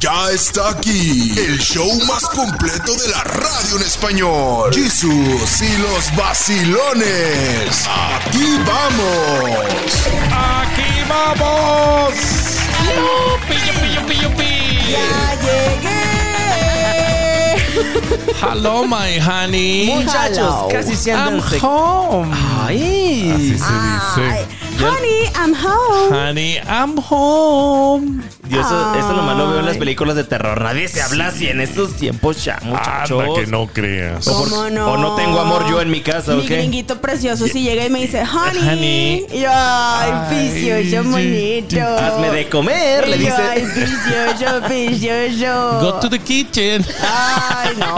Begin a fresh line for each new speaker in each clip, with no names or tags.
Ya está aquí el show más completo de la radio en español. Jesús y los vacilones. Aquí vamos.
¡Aquí vamos! ¡Yupi, yupi, yupi, yupi!
Ya llegué.
Hello, my honey.
Hello.
I'm home.
Ay.
Ay, honey, I'm home.
Honey, I'm home.
Yo eso, eso nomás lo veo en las
Ay.
películas de terror. Nadie se habla así en estos tiempos ya, muchachos.
Anda, que no creas.
O, por-
¿Cómo no?
o no tengo amor yo en mi casa, ¿o
Mi
qué?
gringuito precioso si llega y me dice, honey.
Honey.
Y yo, ay, vicioso, bonito.
Hazme de comer,
Y
le
yo, ay,
dice.
vicioso, vicioso.
Go to the kitchen.
Ay, no.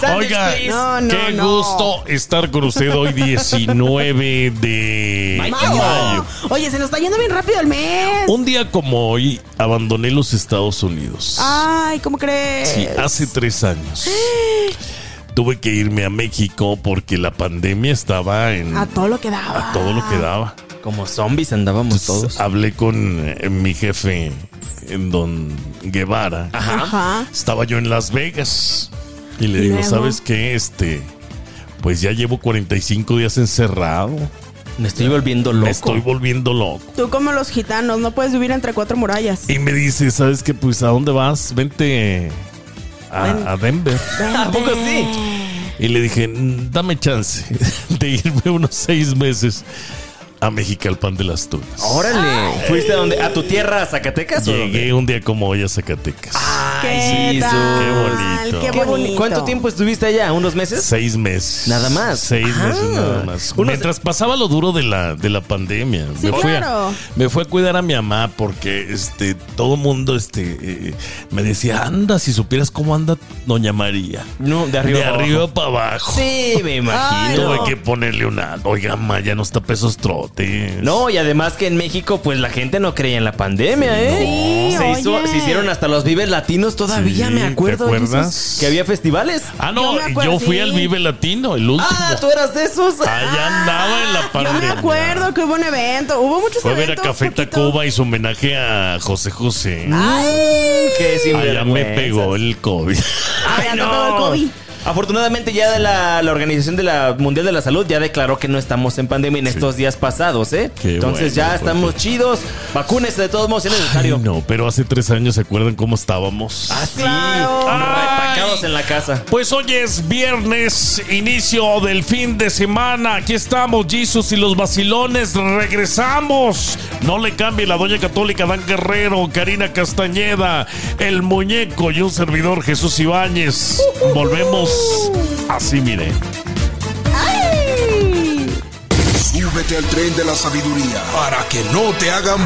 Sándwich,
Oiga,
please.
No, no,
Qué
no.
gusto Oh, estar con usted hoy 19 de
Mayo.
mayo.
Oye, se nos está yendo bien rápido el mes.
Un día como hoy abandoné los Estados Unidos.
Ay, ¿cómo crees?
Sí, hace tres años. Tuve que irme a México porque la pandemia estaba en
A todo lo que daba.
a todo lo que daba.
Como zombies andábamos todos.
Hablé con eh, mi jefe, en don Guevara.
Ajá.
Estaba yo en Las Vegas y le digo,
Luego.
¿sabes qué? Este, pues ya llevo 45 días encerrado.
Me estoy volviendo
Me
loco.
estoy volviendo loco.
Tú como los gitanos, no puedes vivir entre cuatro murallas.
Y me dice, ¿sabes qué? Pues a dónde vas? Vente a, a Denver.
¿A poco sí?
Y le dije, "Mm, dame chance de irme unos seis meses a Mexicalpan de las Tunas.
Oh, Órale. ¿Fuiste a dónde? ¿A tu tierra, a Zacatecas? o dónde?
Llegué un día como hoy a Zacatecas.
Ah,
¿Qué
Jesús.
tal?
Qué bonito.
Qué
Qué boni-
bonito.
¿Cuánto tiempo estuviste allá? ¿Unos meses?
Seis meses.
Nada más.
Seis
Ah.
meses nada más.
Uno
Mientras pasaba lo duro de la, de la pandemia.
Sí,
me, fui a,
claro.
me fui a cuidar a mi mamá porque este, todo el mundo este, eh, me decía, anda, si supieras cómo anda Doña María.
No, de arriba.
de
abajo.
arriba para abajo.
Sí, me
Ay,
imagino.
Tuve que ponerle una. Oiga, ma, ya no está pesos trotes.
No, y además que en México, pues la gente no creía en la pandemia, ¿eh?
Sí,
se, hizo-
oye.
se hicieron hasta los vives latinos todavía,
Sí,
me
¿te
acuerdo.
acuerdas?
Jesús, que había festivales.
Ah,
Yo
no,
me
yo,
acuerdo,
fui
sí. Ah,
al Vive Latino, el último.
Ah, tú eras de esos.
Allá andaba en la
Yo
pandemia.
me acuerdo que hubo un evento. Hubo muchos
Fue a ver a
eventos.
Café
poquito.
Tacuba y su homenaje a José José.
Ay, qué
Allá me
sinvergüenzas.
pegó el COVID.
Ay,
Me pegó el
no.
COVID.
Afortunadamente ya la, la Organización de la Mundial de la Salud ya declaró que no estamos en pandemia en estos días pasados, ¿eh?
Qué
Entonces
bueno,
ya
porque-
estamos chidos. Vacúnense de todos modos si es
Ay,
necesario. Ah,
no, pero hace tres años, ¿se acuerdan cómo estábamos?
Así,
Claro.
repacados en la casa.
Pues hoy es viernes, inicio del fin de semana. Aquí estamos, Jesus y los vacilones. Regresamos. No le cambie la doña católica Dan Guerrero, Karina Castañeda, el muñeco y un servidor Jesús Ibáñez. Volvemos así, mire.
¡Ay!
Súbete al tren de la sabiduría para que no te hagan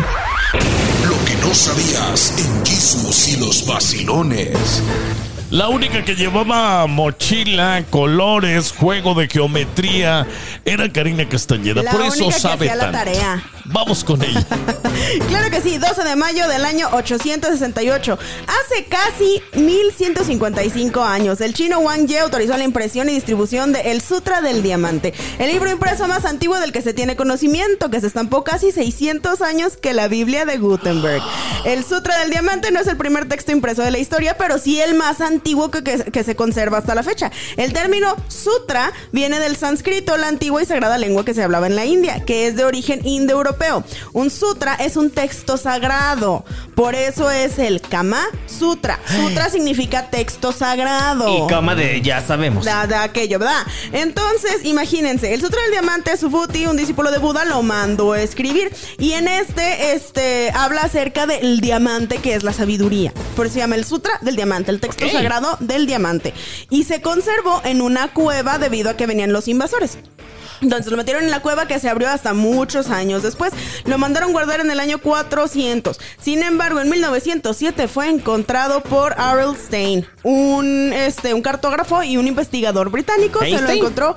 lo que no sabías en Jesús y los vacilones.
La única que llevaba mochila, colores, juego de geometría era Karina Castañeda.
La
Por eso
única que
sabe
hacía la
tanto.
tarea.
Vamos con ella.
Claro que sí, 12 de mayo del año 868. Hace casi 1155 años, el chino Wang Ye autorizó la impresión y distribución de El Sutra del Diamante, el libro impreso más antiguo del que se tiene conocimiento, que se estampó casi 600 años que la Biblia de Gutenberg. El Sutra del Diamante no es el primer texto impreso de la historia, pero sí el más antiguo que, que- que se conserva hasta la fecha. El término sutra viene del sánscrito, la antigua y sagrada lengua que se hablaba en la India, que es de origen indoeuropeo. Un sutra es un texto sagrado, por eso es el Kama Sutra. Sutra significa texto sagrado.
Y cama de ya sabemos.
Da, da, aquello, ¿verdad? Entonces, imagínense, el Sutra del Diamante, Subuti, un discípulo de Buda, lo mandó a escribir. Y en este, este, habla acerca del diamante, que es la sabiduría. Por eso se llama el Sutra del Diamante, el texto
Ok.
sagrado del diamante. Y se conservó en una cueva debido a que venían los invasores. Entonces lo metieron en la cueva que se abrió hasta muchos años después. Lo mandaron guardar en el año 400. Sin embargo, en 1907 fue encontrado por Harold Stein, un, este, un cartógrafo y un investigador británico. Se lo
¿Einstein?
encontró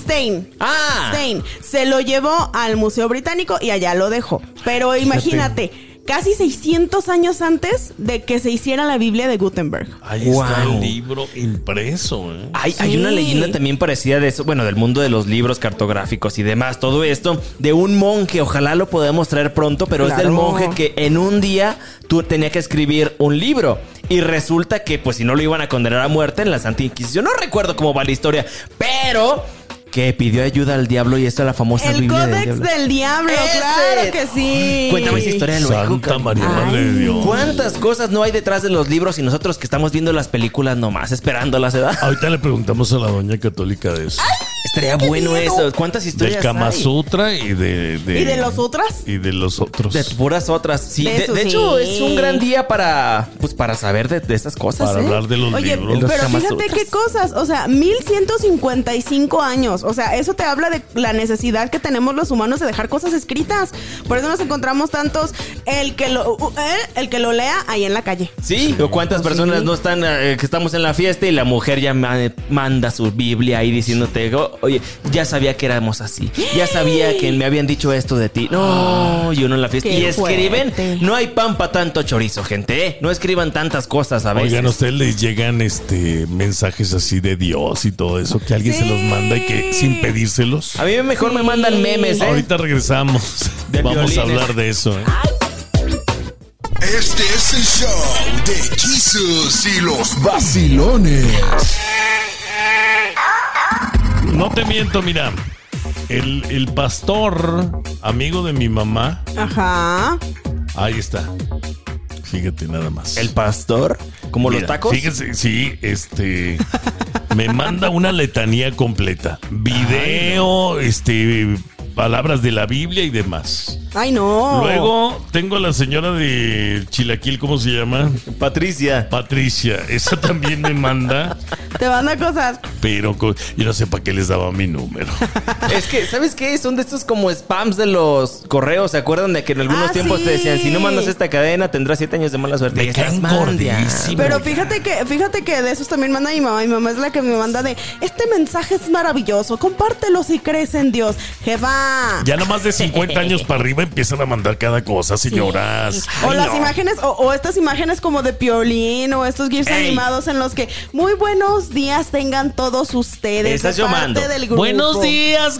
Stein.
Ah.
Stein. Se lo llevó al Museo Británico y allá lo dejó. Pero imagínate. casi 600 años antes de que se hiciera la Biblia de Gutenberg.
Ahí está
Guau.
el libro impreso. ¿eh?
Hay, hay una
Sí.
leyenda también parecida de eso, bueno, del mundo de los libros cartográficos y demás, todo esto, de un monje, ojalá lo podamos traer pronto, pero es del
Claro.
monje que en un día tú tenías que escribir un libro. Y resulta que, pues, si no lo iban a condenar a muerte en la Santa Inquisición, no recuerdo cómo va la historia, pero que pidió ayuda al diablo y esta es la famosa
El
Biblia del
Códex
Diablo.
del Diablo,
Ese.
claro que sí.
Cuéntame esa historia luego.
Santa
cabrón.
María
Ay.
Madre de Dios.
¿Cuántas cosas no hay detrás de los libros y nosotros que estamos viendo las películas nomás, esperándolas, ¿verdad?
Ahorita le preguntamos a la doña católica de eso.
Estaría bueno eso. ¿Cuántas historias
del Kama
hay?
Sutra y de,
¿Y de los otras?
y de los otros.
De puras otras. Sí,
De
de,
eso
de
Pues, sí.
hecho, es un gran día para, pues, para saber de, de estas cosas.
para
¿eh?
hablar de los
Oye,
libros.
Los
pero
Kama
fíjate
Sutras.
qué cosas, o sea, 1155 años, o sea, eso te habla de la necesidad que tenemos los humanos de dejar cosas escritas. Por eso nos encontramos tantos el que lo uh, eh, el que lo lea ahí en la calle.
Sí, o cuántas personas no están, eh, que estamos en la fiesta y la mujer ya ma- manda su Biblia ahí diciéndote, "Oh, oye, ya sabía que éramos así, ya sabía que me habían dicho esto de ti. No, y uno en la fiesta.
Ah, Qué
Y escriben,
fuerte.
no hay pan para tanto chorizo, gente, ¿eh? No escriban tantas cosas a veces.
Oigan, a ustedes les llegan este mensajes así de Dios y todo eso, que alguien se los manda y que sin pedírselos.
A mí mejor me mandan memes, ¿eh?
Ahorita regresamos.
De
Vamos a
violines.
hablar de eso. ¿eh?
Este es el show de Jesus y los vacilones.
No te miento, mira. El, el pastor, amigo de mi mamá,
Ajá.
ahí está. Fíjate nada más.
El pastor, como los
Mira,
tacos.
Fíjese, sí, este. me manda una letanía completa. Video, este. Palabras de la Biblia y demás.
Ay, no.
Luego tengo a la señora de Chilaquil, ¿cómo se llama?
Patricia.
Patricia. Esa también me manda,
te manda cosas.
pero co- yo no sé para qué les daba mi número.
Es que, ¿sabes qué? Son de estos como spams de los correos. ¿Se acuerdan de que en algunos
Ah,
tiempos te decían,
sí.
si no mandas esta cadena, tendrás siete años de mala suerte? Y
Me
estás
caen
mandia.
gordísimo.
Pero fíjate que fíjate que de esos también manda mi mamá. Mi mamá es la que me manda de este mensaje es maravilloso. Compártelo si crees en Dios. Jefa.
Ya nada más de 50 años para arriba empiezan a mandar cada cosa, señoras.
O
Ay,
las
no.
imágenes, o, o estas imágenes como de Piolín, o estos GIFs
Ey.
animados en los que muy buenos días tengan todos ustedes.
Esas
de
yo
parte
mando.
del grupo.
Buenos días,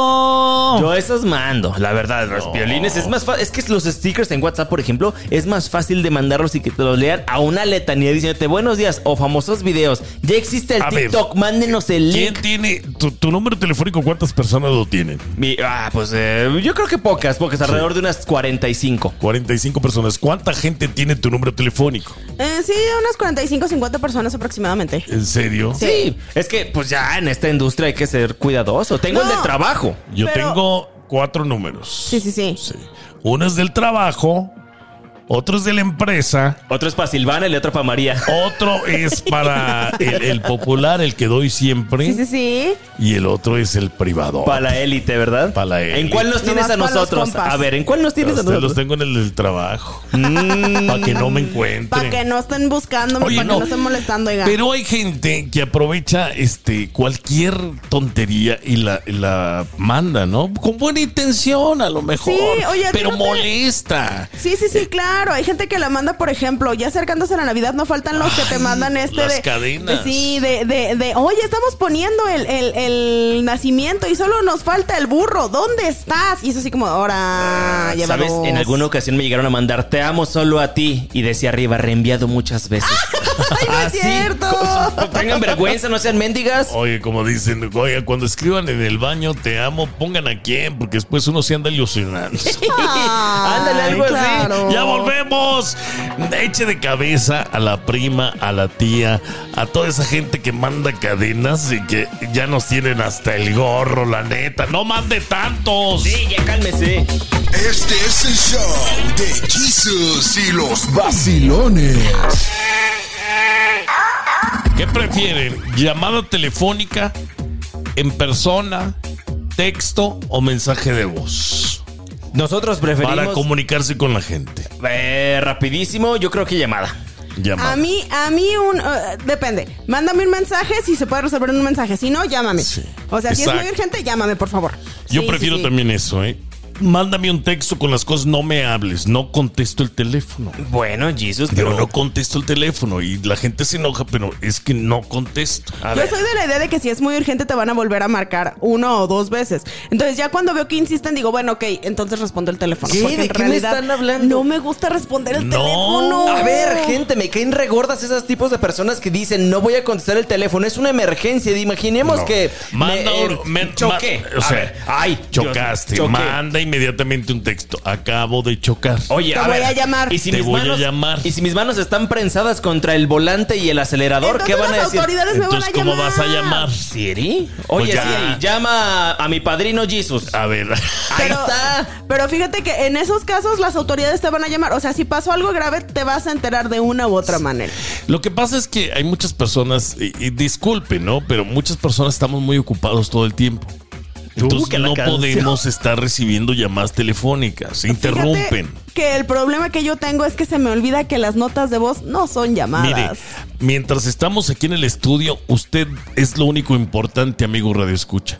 grupo.
Yo esos mando, la verdad, los violines. Es más fa- es que los stickers en WhatsApp, por ejemplo, es más fácil de mandarlos y que te los lean a una letanía diciéndote buenos días o famosos videos. Ya existe el
A ver,
TikTok, mándenos el
¿Quién
link.
tiene tu, tu número telefónico? ¿Cuántas personas lo tienen?
Mi- ah, pues eh, yo creo que pocas, pocas, alrededor de unas 45.
45 personas. ¿Cuánta gente tiene tu número telefónico?
Eh, sí, unas 45, 50 personas aproximadamente.
¿En serio?
Sí. es que pues ya en esta industria hay que ser cuidadoso. Tengo el
No.
del trabajo.
Yo
Pero-
tengo cuatro números.
Sí, sí, sí.
Sí. Uno es del trabajo, otro es de la empresa,
Otro es para Silvana y el otro para María.
otro es para el, el popular, el que doy siempre,
Sí, sí, sí.
y el otro es el privado.
Para la élite, ¿verdad?
Pa' la élite.
¿En cuál nos tienes
Nomás
a
pa' los
nosotros?
compas.
A ver, ¿en cuál nos tienes a
Ustedes
nosotros? Mm.
los tengo en el del trabajo. Para que no me encuentren.
Para Mm, que no estén buscándome,
Oye,
para que
no.
no estén molestando, oiga.
Pero hay gente que aprovecha este cualquier tontería y la, y la manda, ¿no? Con buena intención, a lo mejor.
Sí, oye, ¿a ti
pero
no te-
molesta.
Sí, sí, sí, claro. Hay gente que la manda, por ejemplo, ya acercándose a la Navidad, no faltan los que te
Ay,
mandan este
las
de.
cadenas.
Sí, de, de, de, Oye, estamos poniendo el, el, el nacimiento y solo nos falta el burro. ¿Dónde estás? Y eso así como,
Ah,
ahora. lleva
¿Sabes?
dos".
En alguna ocasión me llegaron a mandar Te amo solo a ti. Y decía arriba, reenviado muchas veces.
¡Ay, no es cierto!
co- Tengan vergüenza, no sean mendigas.
Oye, como dicen, oiga, cuando escriban en el baño, te amo, pongan a quién, porque después uno se anda ilusionando.
Ay,
Ándale, algo así.
Ah, claro.
Ya volvemos. Eche de cabeza a la prima, a la tía, a toda esa gente que manda cadenas y que ya nos tienen hasta el gorro, la neta. No más de tantos.
Sí, ya cálmese.
Este es el show de Jesus y los vacilones.
¿Qué prefieren? ¿Llamada telefónica, en persona, texto o mensaje de voz?
Nosotros preferimos.
Para comunicarse con la gente.
Eh, rapidísimo, yo creo que llamada.
Llamada.
A mí, a mí un... eh, depende. Mándame un mensaje si se puede resolver en un mensaje. Si no, llámame.
Sí.
O sea, si es muy
Exacto.
urgente, llámame, por favor.
Yo
Sí,
prefiero
sí, sí.
también eso, ¿eh? mándame un texto con las cosas, no me hables, no contesto el teléfono.
Bueno, Jesus,
Yo
pero
no contesto el teléfono y la gente se enoja, pero es que no contesto.
A
Yo
ver.
soy de la idea de que si es muy urgente te van a volver a marcar una o dos veces. Entonces ya cuando veo que insisten digo, bueno, ok, entonces respondo el teléfono.
¿Qué?
Porque
¿De
en
qué me
realidad
están hablando?
No me gusta responder el
No.
teléfono.
A ver, gente, me caen regordas esos tipos de personas que dicen no voy a contestar el teléfono, es una emergencia. Imaginemos
No.
que
manda
me, eh,
un- me-
choqué.
ma- o sea,
a ver, ay,
chocaste.
Dios, choqué.
Manda inmediatamente un texto. Acabo de chocar.
Oye,
Te
a
voy
ver,
a llamar.
¿y si
Te
mis
voy a
manos-
llamar.
Y si mis manos están prensadas contra el volante y el acelerador,
Entonces
¿qué van a
las
decir?
autoridades pues me van a
Entonces, ¿cómo
llamar.
vas a llamar?
¿Siri? Oye,
Pues ya. Ah,
Siri, llama a, a mi padrino Jesus.
A ver.
Ahí está.
Pero fíjate que en esos casos las autoridades te van a llamar. O sea, si pasó algo grave, te vas a enterar de una u otra manera.
Lo que pasa es que hay muchas personas, y, y disculpe, ¿no? Pero muchas personas estamos muy ocupados todo el tiempo. Entonces
que la
no
canción.
podemos estar recibiendo llamadas telefónicas. Se
Pues
interrumpen.
Fíjate que el problema que yo tengo es que se me olvida que las notas de voz no son
Mire,
llamadas.
mientras estamos aquí en el estudio, usted es lo único importante, amigo Radio Escucha.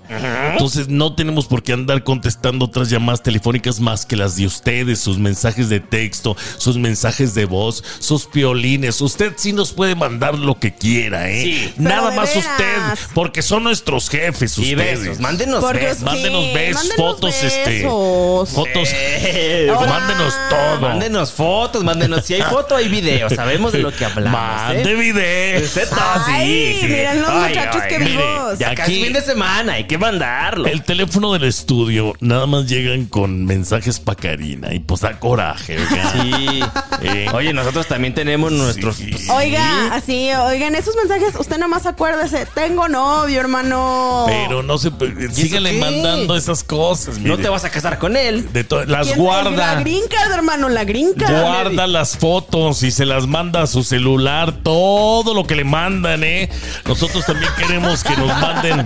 Entonces no tenemos por qué andar contestando otras llamadas telefónicas más que las de ustedes, sus mensajes de texto, sus mensajes de voz, sus piolines. Usted sí nos puede mandar lo que quiera, ¿eh?
Sí.
Nada
Pero de
más
veras.
usted, porque son nuestros jefes
Y
ustedes.
besos, mándenos besos.
sí,
mándenos besos, fotos, este,
besos.
Fotos.
Eh,
Ahora-
Mándenos todo.
Mándenos fotos, mándenos. Si hay foto, hay video. Sabemos de lo que hablamos.
Mande
¿eh?
video.
Usted no, sí,
Ay,
sí.
miren los
Ay,
muchachos
ay,
que
mire,
vivos.
Ya casi
Aquí-
fin de semana, hay que mandarlo.
El teléfono del estudio nada más llegan con mensajes pa' Karina y pues da coraje. oiga.
Sí.
Eh,
Oye, nosotros también tenemos nuestros.
Sí.
pues,
Oiga, así, oigan, esos mensajes, usted nomás acuérdese, tengo novio, hermano.
Pero no se. Síganle
qué?
mandando esas cosas.
no
mire.
te vas a casar con él.
De to- las
¿Quién- La
guarda.
green card, hermano, la green card.
Guarda las fotos y se las manda a su celular, todo lo que le mandan, ¿eh? Nosotros también queremos que nos manden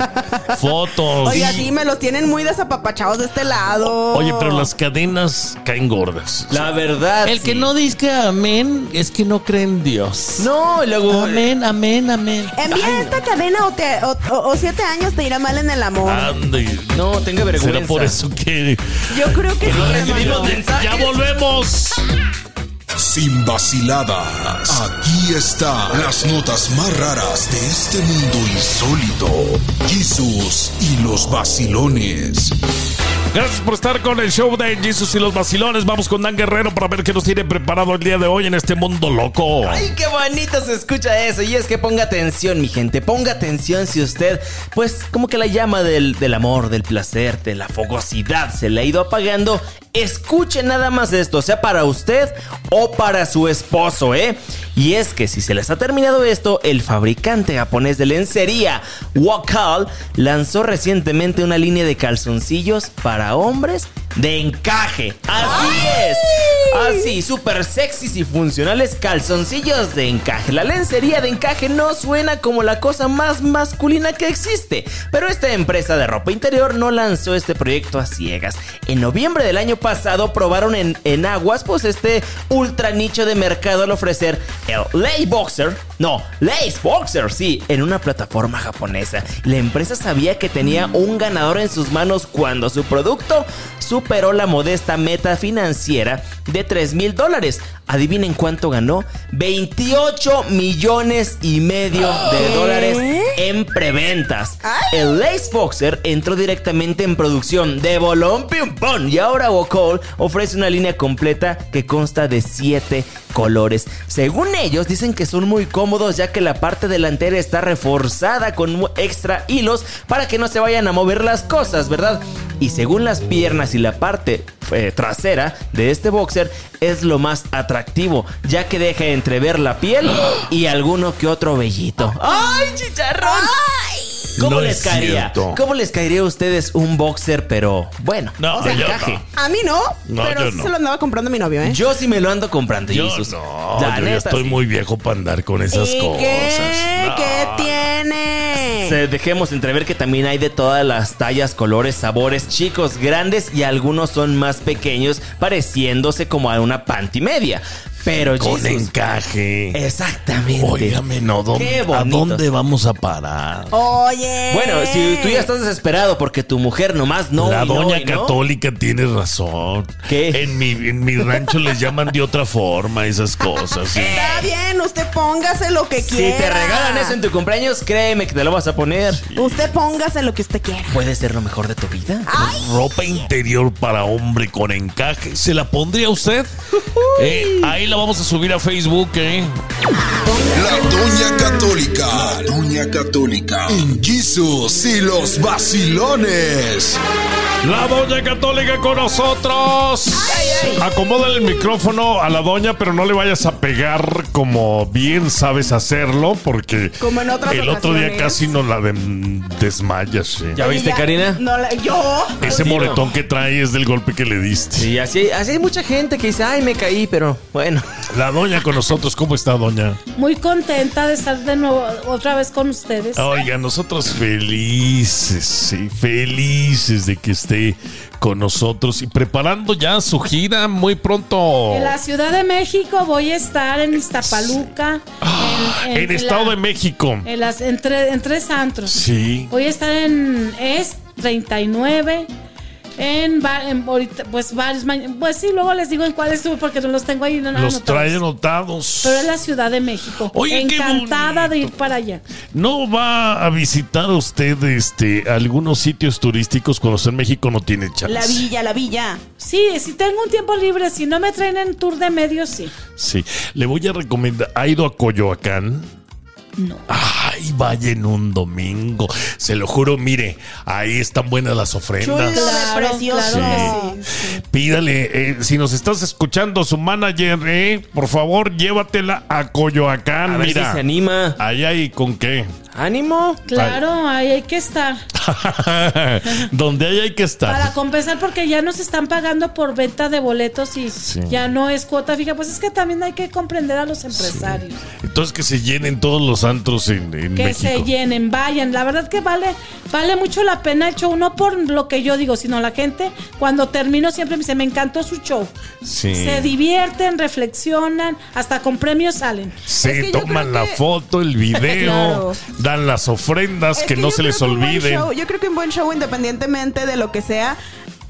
fotos.
Oiga, sí, me los tienen muy desapapachados de este lado.
Oye, pero las cadenas caen gordas.
La verdad.
El que
sí.
no diga amén es que no cree en Dios.
No, y luego.
Amén, amén, amén.
Envía esta cadena o, te- o- o- o siete años te irá mal en el amor.
Ande.
No, tenga vergüenza.
Será por eso que.
Yo creo que sí, hermano.
recibimos mensajes.
¡Ya volvemos!
Sin vaciladas. Aquí están las notas más raras de este mundo insólito. Jesús y los vacilones.
Gracias por estar con el show de Jesus y los vacilones. Vamos con Dan Guerrero para ver qué nos tiene preparado el día de hoy en este mundo loco.
Ay, qué bonito se escucha eso. Y es que ponga atención, mi gente. Ponga atención si usted, pues, como que la llama del, del amor, del placer, de la fogosidad se le ha ido apagando. Escuche nada más esto, sea para usted o para su esposo, ¿eh? Y es que si se les ha terminado esto, el fabricante japonés de lencería, Wakal, lanzó recientemente una línea de calzoncillos para hombres de encaje. Así es. Así, súper sexys y funcionales calzoncillos de encaje. La lencería de encaje no suena como la cosa más masculina que existe, pero esta empresa de ropa interior no lanzó este proyecto a ciegas. En noviembre del año pasado probaron en, en aguas pues este ultra nicho de mercado al ofrecer el Lay Boxer, no, Lace Boxer, sí, en una plataforma japonesa. La empresa sabía que tenía un ganador en sus manos cuando su producto superó la modesta meta financiera de 3 mil dólares. Adivinen cuánto ganó: 28 millones y medio de dólares en preventas. El Lace Boxer entró directamente en producción de Bolón Pim Pam y ahora Wokol ofrece una línea completa que consta de 7 colores. Según ellos, dicen que son muy cómodos ya que la parte delantera está reforzada con mu- extra hilos para que no se vayan a mover las cosas, ¿verdad? Y según las piernas y la parte eh, trasera de este boxer es lo más atractivo, ya que deja entrever la piel y alguno que otro vellito. ¡Ay, chicharrón! ¿Cómo
No
les
es
caería?
cierto.
¿Cómo les caería a ustedes un boxer, pero bueno,
No,
o sea,
yo
encaje?
no.
A mí no,
No, yo
pero sí
no.
se lo andaba comprando mi novio, ¿eh?
Yo sí me lo ando comprando,
Yo
Jesus.
no,
La
yo ya
neta,
estoy
sí.
muy viejo para andar con esas
¿Y
cosas.
qué?
No.
¿Qué tiene?
Se- dejemos entrever que también hay de todas las tallas, colores, sabores, chicos, grandes y algunos son más pequeños, pareciéndose como a una panty media. Pero
Con
Jesús.
encaje.
Exactamente.
Óigame, no, ¿dónde-
Eh, Qué
¿a
bonitos.
dónde vamos a parar?
Oye.
Bueno, si tú ya estás desesperado porque tu mujer nomás no.
la
y no,
doña
y no,
católica tiene razón.
¿Qué?
En mi, en mi rancho les llaman de otra forma esas cosas. sí.
Está bien, usted póngase lo que
Eh. Si
quiera.
te regalan eso en tu cumpleaños, créeme que te lo vas a poner.
Usted póngase lo que usted quiera.
Puede ser lo mejor de tu vida.
Ropa interior para hombre con encaje. ¿Se la pondría usted? Eh, ahí la vamos a subir a Facebook, ¿eh?
La Doña Católica. La Doña Católica. En Jesus y los vacilones.
La doña católica con nosotros. Acomoda el micrófono a la doña, pero no le vayas a pegar como bien sabes hacerlo, porque
Como en otras
el otro día
ocasiones.
casi nos la dem- desmayas. eh.
¿Ya viste,
Ya,
Karina?
No, la- yo.
Ese moretón que trae es del golpe que le diste.
Sí, así, así hay mucha gente que dice, ay, me caí, pero bueno.
La doña con nosotros, ¿cómo está doña?
Muy contenta de estar de nuevo otra vez con ustedes.
Oiga, nosotros felices, sí, felices de que esté con nosotros y preparando ya su gira muy pronto.
En la Ciudad de México voy a estar en Iztapaluca.
Ah, En, Estado de México.
México. En, las- en tre- en tres antros.
Sí.
Voy a estar en E ES 39. En, va- en ahorita, pues varios ma- Pues sí, luego les digo en cuál estuve porque no los tengo ahí. no, no,
Los
anotados.
trae anotados.
Pero es la Ciudad de México.
Oye, qué
Encantada de ir
bonito.
para allá.
¿No va a visitar usted este algunos sitios turísticos cuando está en México no tiene chance?
La villa, la villa.
Sí, si tengo un tiempo libre, si no me traen en tour de medios, sí.
Sí. Le voy a recomendar. ¿Ha ido a Coyoacán?
No.
Ay, vaya en un domingo. Se lo juro, mire, ahí están buenas las ofrendas.
Chulo. de precioso.
claro que sí.
Pídale, eh, si nos estás escuchando, su manager, eh, por favor, llévatela a Coyoacán.
A ver
Ah, mira,
si se anima.
allá y con qué.
Ánimo.
Claro, ahí hay que estar.
Donde ahí hay que
Para
estar.
compensar, porque ya nos están pagando por venta de boletos y ya no es cuota fija. Pues es que también hay que comprender a los empresarios.
Entonces que se llenen todos los antros en, en
Que
México.
se llenen, vayan. La verdad que vale, vale mucho la pena el show, no por lo que yo digo, sino la gente cuando termino siempre me dice, me encantó su show.
Sí.
Se divierten, reflexionan, hasta con premios salen.
Se
Es que yo
toman
creo
la
que-
foto, el video,
Claro.
dan las ofrendas,
Es
que, no
yo
se
creo
les
que un buen
olvide.
show- yo creo que un buen show, independientemente de lo que sea,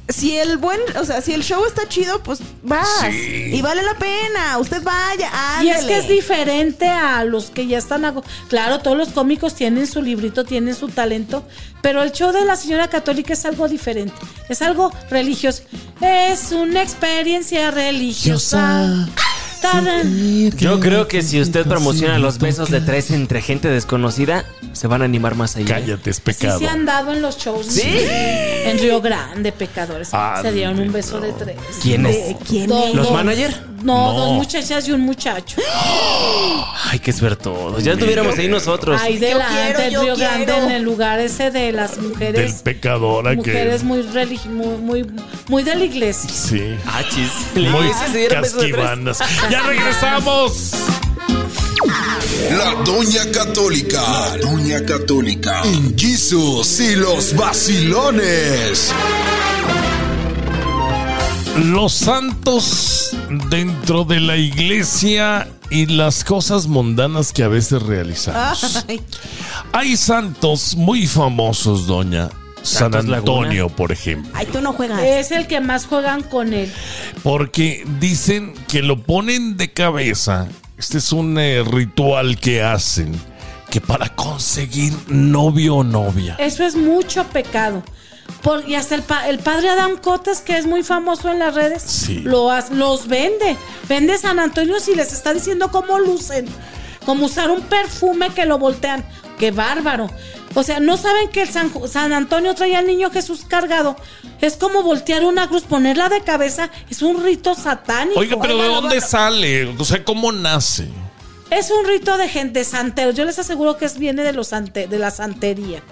si el buen, o sea, si el show está chido, pues vas.
Sí.
Y vale la pena. Usted vaya,
Y
ándele.
es que es diferente a los que ya están. ago- Claro, todos los cómicos tienen su librito, tienen su talento, pero el show de la señora católica es algo diferente. Es algo religioso. Es una experiencia religiosa. Tarán.
Yo creo que si usted promociona los besos de tres entre gente desconocida, se van a animar más allá. ¿eh?
Cállate, es
Sí
pecado.
se han dado en los shows.
Sí.
En Río Grande, pecadores.
Ah,
se dieron un beso
no.
de tres.
¿Quiénes?
¿Quién
Dos-
es?
¿Los
dos-
manager?
No,
No.
dos muchachas y un muchacho.
Ay, qué todos. Pues Ya estuviéramos ahí nosotros.
Ahí delante,
quiero,
en
yo
Río Grande,
quiero.
en el lugar ese de las mujeres.
Del pecador a que.
mujeres muy, religi- muy muy muy de la iglesia.
Sí.
Ah, chis.
Muy
Ah, sí, se dieron besos de tres.
casquivanas. Ya regresamos.
La Doña Católica. La Doña Católica. En Jesus y los vacilones.
Los santos dentro de la iglesia y las cosas mundanas que a veces realizamos.
Ay,
Hay santos muy famosos, doña. San
Santos Laguna.
Antonio, por ejemplo.
ay, tú no juegas.
Eh,
Es el que más juegan con él.
Porque dicen que lo ponen de cabeza. Este es un eh, ritual que hacen. Que para conseguir novio o novia.
Eso es mucho pecado. Por- y hasta el, pa- el padre Adam Cotes, que es muy famoso en las redes,
Sí.
lo hace- los vende. Vende San Antonio si les está diciendo cómo lucen. Como usar un perfume que lo voltean. ¡Qué bárbaro! O sea, ¿no saben que el San, Ju- San Antonio traía al niño Jesús cargado? Es como voltear una cruz, ponerla de cabeza. Es un rito satánico.
Oiga, pero ¿de
Oigan,
dónde sale? O sea, ¿cómo nace?
Es un rito de gente de santeros. Yo les aseguro que es, viene de, los sante- de la santería.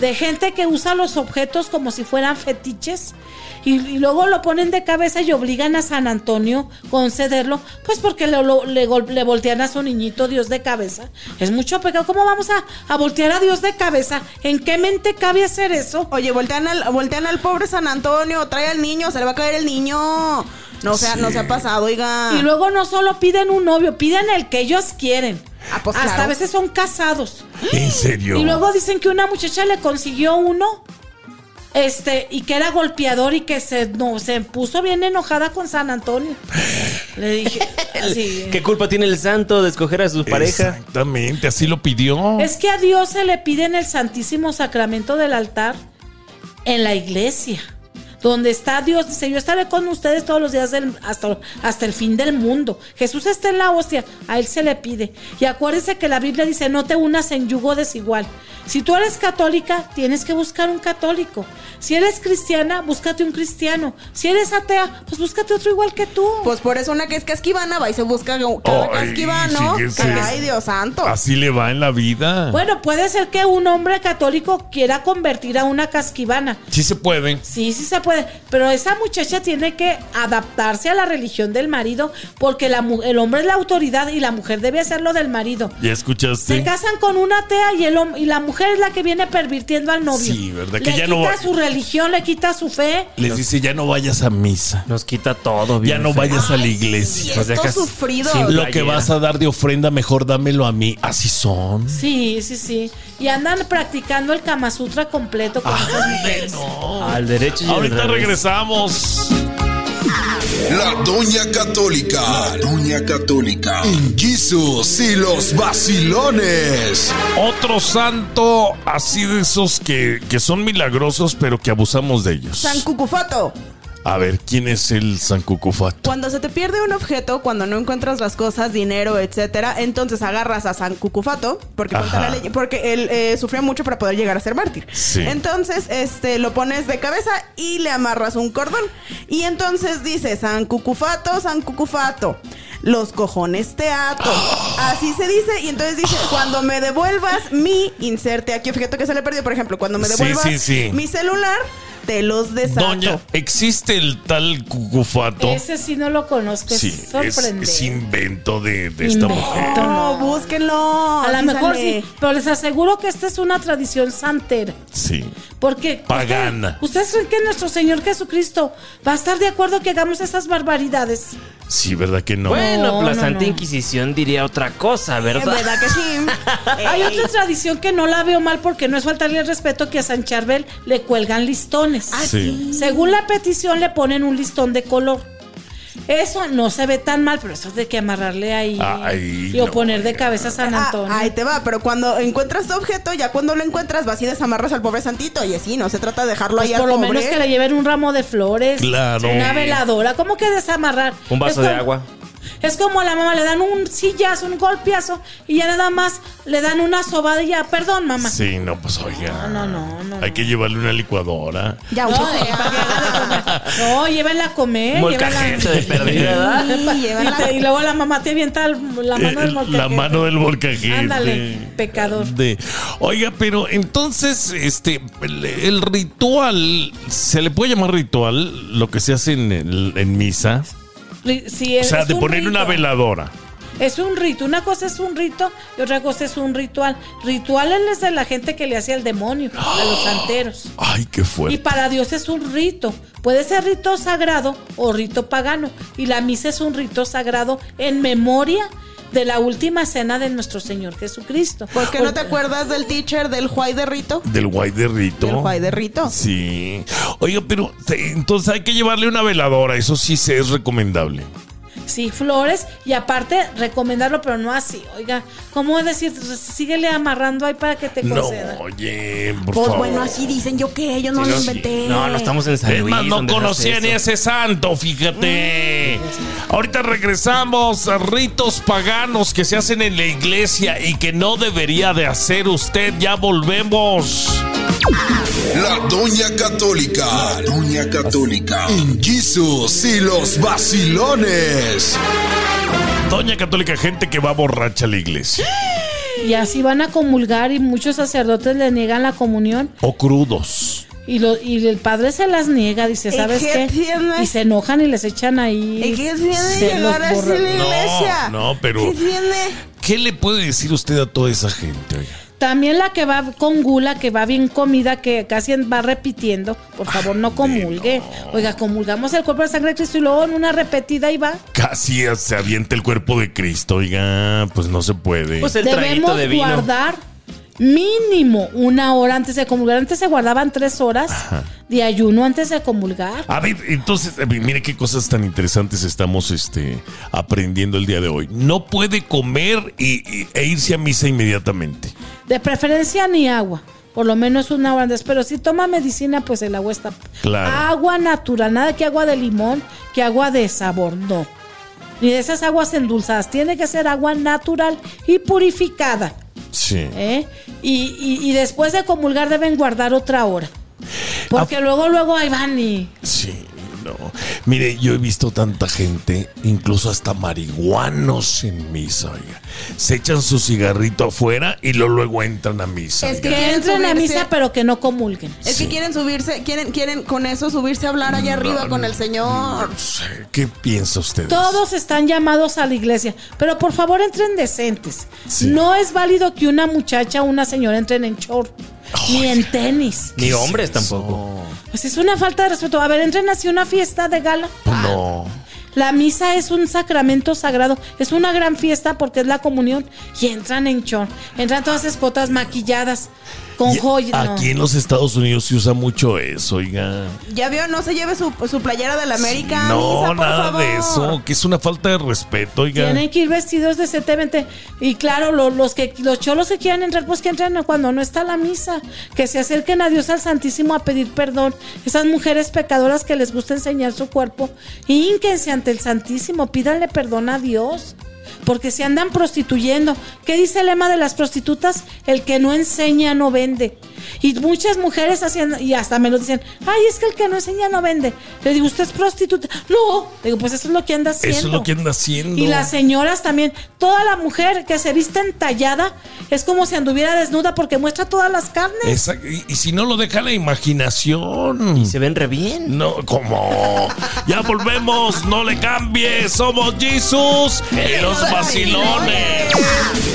De gente que usa los objetos como si fueran fetiches y, y luego lo ponen de cabeza y obligan a San Antonio concederlo, pues porque le, lo- le, gol- le voltean a su niñito Dios de cabeza. Es mucho pecado. ¿Cómo vamos a, a voltear a Dios de cabeza? ¿En qué mente cabe hacer eso?
Oye, voltean al, voltean al pobre San Antonio, trae al niño, se le va a caer el niño. No, o sea, no se ha pasado, oiga.
Y luego no solo piden un novio, piden el que ellos quieren.
Ah, pues,
Hasta
claro.
a veces son casados.
¿En serio?
Y luego dicen que una muchacha le consiguió uno. Este, y que era golpeador y que se, no, se puso bien enojada con San Antonio. Le dije, así,
¿Qué culpa tiene el santo de escoger a su pareja?
Exactamente, así lo pidió.
es que a Dios se le pide en el Santísimo Sacramento del altar, en la iglesia, donde está Dios. Dice, yo estaré con ustedes todos los días del- hasta, hasta el fin del mundo. Jesús está en la hostia, a él se le pide. Y acuérdense que la Biblia dice, no te unas en yugo desigual. Si tú eres católica, tienes que buscar un católico. Si eres cristiana, búscate un cristiano. Si eres atea, pues búscate otro igual que tú.
Pues por eso una que es casquivana va y se busca cada
Ay,
casquivano.
sí, sí.
Ay, Dios santo.
Así le va en la vida.
bueno, puede ser que un hombre católico quiera convertir a una casquivana.
Sí se puede.
Sí, sí se puede, pero esa muchacha tiene que adaptarse a la religión del marido porque la mu- el hombre es la autoridad y la mujer debe hacer lo del marido.
¿Ya
Se
escuchaste?
casan con una atea y, el hom- y la mujer es la que viene pervirtiendo al novio.
Sí, ¿verdad? Que
le
ya
quita
no va-
su religión, le quita su fe.
Les dice, ya no vayas a misa.
Nos quita todo,
Ya
bien
no
feo.
vayas a la
Y
iglesia.
estos
Nos dejas
sufridos.
sin-
Lo que
playera.
vas a dar de ofrenda, mejor dámelo a mí. Así son.
Sí, sí, sí. Y andan practicando el Kama Sutra completo con
Ah,
esas mujeres.
Al derecho y al
Ahorita
revés.
regresamos.
La Doña Católica. La Doña Católica. En Jesús y los vacilones.
Otro santo así de esos que, que son milagrosos, pero que abusamos de ellos.
San Cucufato.
A ver, ¿quién es el San Cucufato?
Cuando se te pierde un objeto, cuando no encuentras las cosas, dinero, etcétera, entonces agarras a San Cucufato, porque, cuenta
Ajá.
la ley- porque él eh, sufrió mucho para poder llegar a ser mártir.
Sí.
Entonces, este, lo pones de cabeza y le amarras un cordón. Y entonces dice, San Cucufato, San Cucufato, los cojones te ato. Así se dice, y entonces dice, cuando me devuelvas mi, inserte aquí, fíjate que se le perdió, por ejemplo, cuando me
Sí,
devuelvas
sí, sí.
mi celular, te los desato.
Doña, ¿existe el tal Cucufato?
Ese sí no lo conozco,
sí,
es
es,
sorprendente.
es invento de, de esta
Invento.
mujer.
No, búsquenlo.
A lo
sí
mejor
sale.
sí, pero les aseguro que esta es una tradición santera.
Sí.
Porque
Pagana.
¿Ustedes creen que nuestro Señor Jesucristo va a estar de acuerdo que hagamos esas barbaridades?
Sí, ¿verdad que no?
Bueno,
No,
la
no,
Santa
no.
Inquisición diría otra cosa,
Es
¿verdad?
verdad que sí.
Hay otra tradición que no la veo mal porque no es faltarle el respeto que a San Charbel le cuelgan listones.
Ah,
sí.
Según la petición le ponen un listón de color. Eso no se ve tan mal, pero eso es de que amarrarle ahí
Ay,
y o
no,
poner de
oiga.
cabeza a San
Ah,
Antonio.
ahí te va, pero cuando encuentras tu objeto, ya cuando lo encuentras, vas y desamarras al pobre santito. Y así, no se trata de dejarlo
Pues
ahí
por
al
lo
pobre.
menos que le lleven un ramo de flores,
Claro.
una veladora, ¿cómo que desamarrar?
Un vaso
Es
de
como-
agua.
Es como a la mamá le dan un sillazo, un golpeazo y ya nada más le dan una sobada y ya, perdón, mamá.
Sí, no, pues oiga.
No, no, no, no,
Hay que llevarle una licuadora.
Ya, un
No,
poco.
de- para que hagan de comer. No, llévenla a comer.
Molcajete de
llévenla-
perdida, ¿verdad?
Sí, lleva
Y, te- y
la-
luego la mamá te avienta el- la mano
Eh,
del
la
molcajete.
mano del volcajete.
Ándale, pecador.
De- Oiga, pero entonces, este, el, el ritual, ¿se le puede llamar ritual lo que se hace en, el- en misa?
Ri- sí,
O
es-
sea,
es
de
un
poner una
rito.
veladora.
Es un rito. Una cosa es un rito y otra cosa es un ritual. Ritual es de la gente que le hace al demonio, a los santeros.
Ay, qué
Y
fuerte.
para Dios es un rito. Puede ser rito sagrado o rito pagano. Y la misa es un rito sagrado en memoria de la última cena de nuestro Señor Jesucristo.
Pues que no te acuerdas del teacher del Juay de Rito.
Del guay de rito.
Del Juay de Rito.
Sí. Oiga, pero te- entonces hay que llevarle una veladora. Eso sí se es recomendable.
Sí, flores. Y aparte, recomendarlo, pero no así. Oiga, ¿cómo es decir? Síguele amarrando ahí para que te
No,
conceda.
oye, por
Pues
favor.
bueno, así dicen yo que yo no lo inventé.
No, no estamos en San
Es
Luis.
más, no
donde se hace
conocía ni a
eso.
ese santo, fíjate. Ahorita regresamos a ritos paganos que se hacen en la iglesia y que no debería de hacer usted. Ya volvemos.
La Doña Católica. La Doña Católica. En Jesús y los vacilones.
Doña Católica, gente que va borracha a la iglesia.
Y así van a comulgar y muchos sacerdotes le niegan la comunión.
O crudos.
Y, lo, y el padre se las niega, dice,
¿Y
¿sabes
qué
qué?
tienes?
Y se enojan y les echan ahí.
¿Y qué tiene
se
de
los
llegar así
borra-
a la iglesia?
No, no, pero-
¿Qué tiene?
¿Qué le puede decir usted a toda esa gente? oiga?
También la que va con gula, que va bien comida, que casi va repitiendo. Por
Ah,
favor, no comulgue. Oiga, comulgamos el cuerpo de sangre de Cristo y luego en una repetida y va.
Casi se avienta el cuerpo de Cristo, oiga, pues no se puede.
Pues el traguito
Debemos
de vino.
guardar mínimo una hora antes de comulgar. Antes se guardaban tres horas de ayuno antes de comulgar.
A ver, entonces, a ver, mire qué cosas tan interesantes estamos este, aprendiendo el día de hoy. No puede comer y- y- e irse a misa inmediatamente.
De preferencia ni agua. Por lo menos una hora antes. Pero si toma medicina, pues el agua está.
Claro.
Agua natural, nada que agua de limón, que agua de sabor, no. Ni de esas aguas endulzadas. Tiene que ser agua natural y purificada.
Sí.
¿eh? Y, y- y después de comulgar deben guardar otra hora. Porque luego, luego ahí van y.
Sí, no. Mire, yo he visto tanta gente, incluso hasta marihuanos en misa, oiga. Se echan su cigarrito afuera y lo- luego entran a misa.
Es
oiga.
que
Que entren a
subirse.
misa, pero que no comulguen.
Es
Sí. Mm,
que quieren subirse, quieren, quieren con eso subirse a hablar allá arriba con el señor.
No sé, ¿Qué piensa usted?
Todos están llamados a la iglesia, pero por favor entren decentes.
Sí.
No es válido que una muchacha o una señora entren en short, ni en tenis.
Ni hombres tampoco.
Pues es una falta de respeto. A ver, entren así a una fiesta de gala.
No.
Ah,
La misa es un sacramento sagrado, es una gran fiesta porque es la comunión y entran en short, entran todas escotas maquilladas con
Y
joyas. no.
Aquí en los Estados Unidos se usa mucho eso, oiga.
Ya vio, no se lleve su, su playera de la América.
no,
misa, por
nada
favor.
de eso, que es una falta de respeto, oiga.
Tienen que ir vestidos decentemente. Y claro, lo- los que los cholos que quieran entrar, pues que entren cuando no está la misa. Que se acerquen a Dios al Santísimo a pedir perdón. Esas mujeres pecadoras que les gusta enseñar su cuerpo, hínquense ante el Santísimo, pídanle perdón a Dios. Porque se andan prostituyendo. ¿Qué dice el lema de las prostitutas? El que no enseña no vende. Y muchas mujeres haciendo, y hasta me lo dicen, ay, es que el que no enseña no vende. Le digo, ¿usted es prostituta? No. Le digo, pues eso es lo que anda haciendo.
Eso es lo que anda haciendo.
Y las señoras también. Toda la mujer que se vista entallada es como si anduviera desnuda porque muestra todas las carnes.
Esa- y, y si no lo deja la imaginación.
Se ven re bien.
No, como. Ya volvemos, no le cambies. Somos Jesus y los vacilones.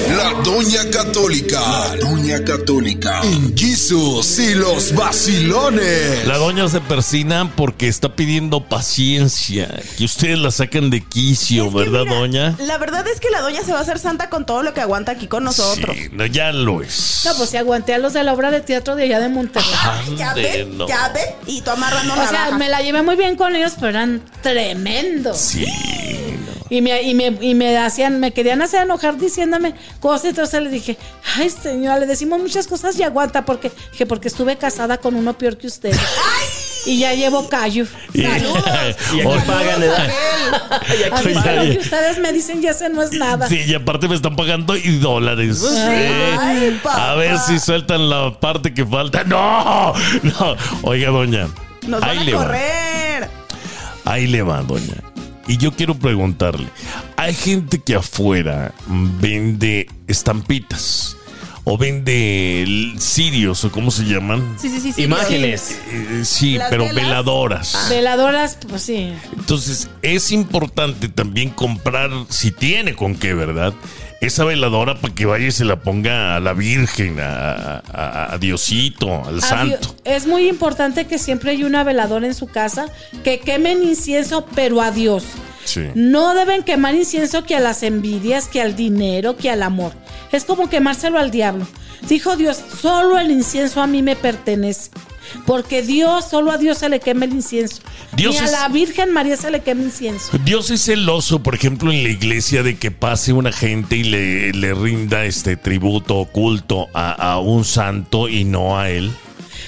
La Doña Católica. La Doña Católica. En Jesus y los vacilones.
La doña se persina porque está pidiendo paciencia. Que ustedes la sacan de quicio,
Es que
¿verdad,
mira,
doña?
La verdad es que la doña se va a hacer santa con todo lo que aguanta aquí con nosotros.
Sí, no, ya lo es.
No, pues si aguanté a los de la obra de teatro de allá de Monterrey.
Ya
Ande,
ve,
no.
ya ve. Y tú amarrando
O sea,
navajas.
me la llevé muy bien con ellos, pero eran tremendos.
Sí.
Y me, y, me, y me hacían, me querían hacer enojar diciéndome cosas. Entonces le dije, ay señora, le decimos muchas cosas y aguanta porque, dije, porque estuve casada con uno peor que usted. Y ya llevo callo.
Y-
Y aquí
Oye,
pagan, ¿verdad? Y aquí
Así
Oye,
que
pagan.
lo
ya-
que ustedes me dicen ya ese no es nada.
Sí, y aparte me están pagando y dólares. Eh,
Pues ay, papá.
a ver si sueltan la parte que falta. ¡No! No. Oiga, doña.
Nos van
ahí le
a
va.
correr.
Ahí le va, doña. Y yo quiero preguntarle, hay gente que afuera vende estampitas o vende l- cirios o cómo se llaman.
Sí, sí, sí. sí
Imágenes.
Eh, sí,
Las
pero
velas. Ah,
veladoras.
Veladoras, pues sí.
Entonces, es importante también comprar, si tiene con qué, ¿verdad? Esa veladora para que vaya y se la ponga a la Virgen, a, a- a Diosito, al Santo.
Adió- Es muy importante que siempre hay una veladora en su casa, que quemen incienso, pero a Dios.
Sí.
No deben quemar incienso que a las envidias, que al dinero, que al amor. Es como quemárselo al diablo. Dijo Dios, solo el incienso a mí me pertenece. Porque Dios, solo a Dios se le quema el incienso.
Dios
Ni a
es-
la Virgen María se le quema incienso.
Dios es celoso, por ejemplo, en la iglesia de que pase una gente y le, le rinda este tributo oculto a, a un santo y no a él.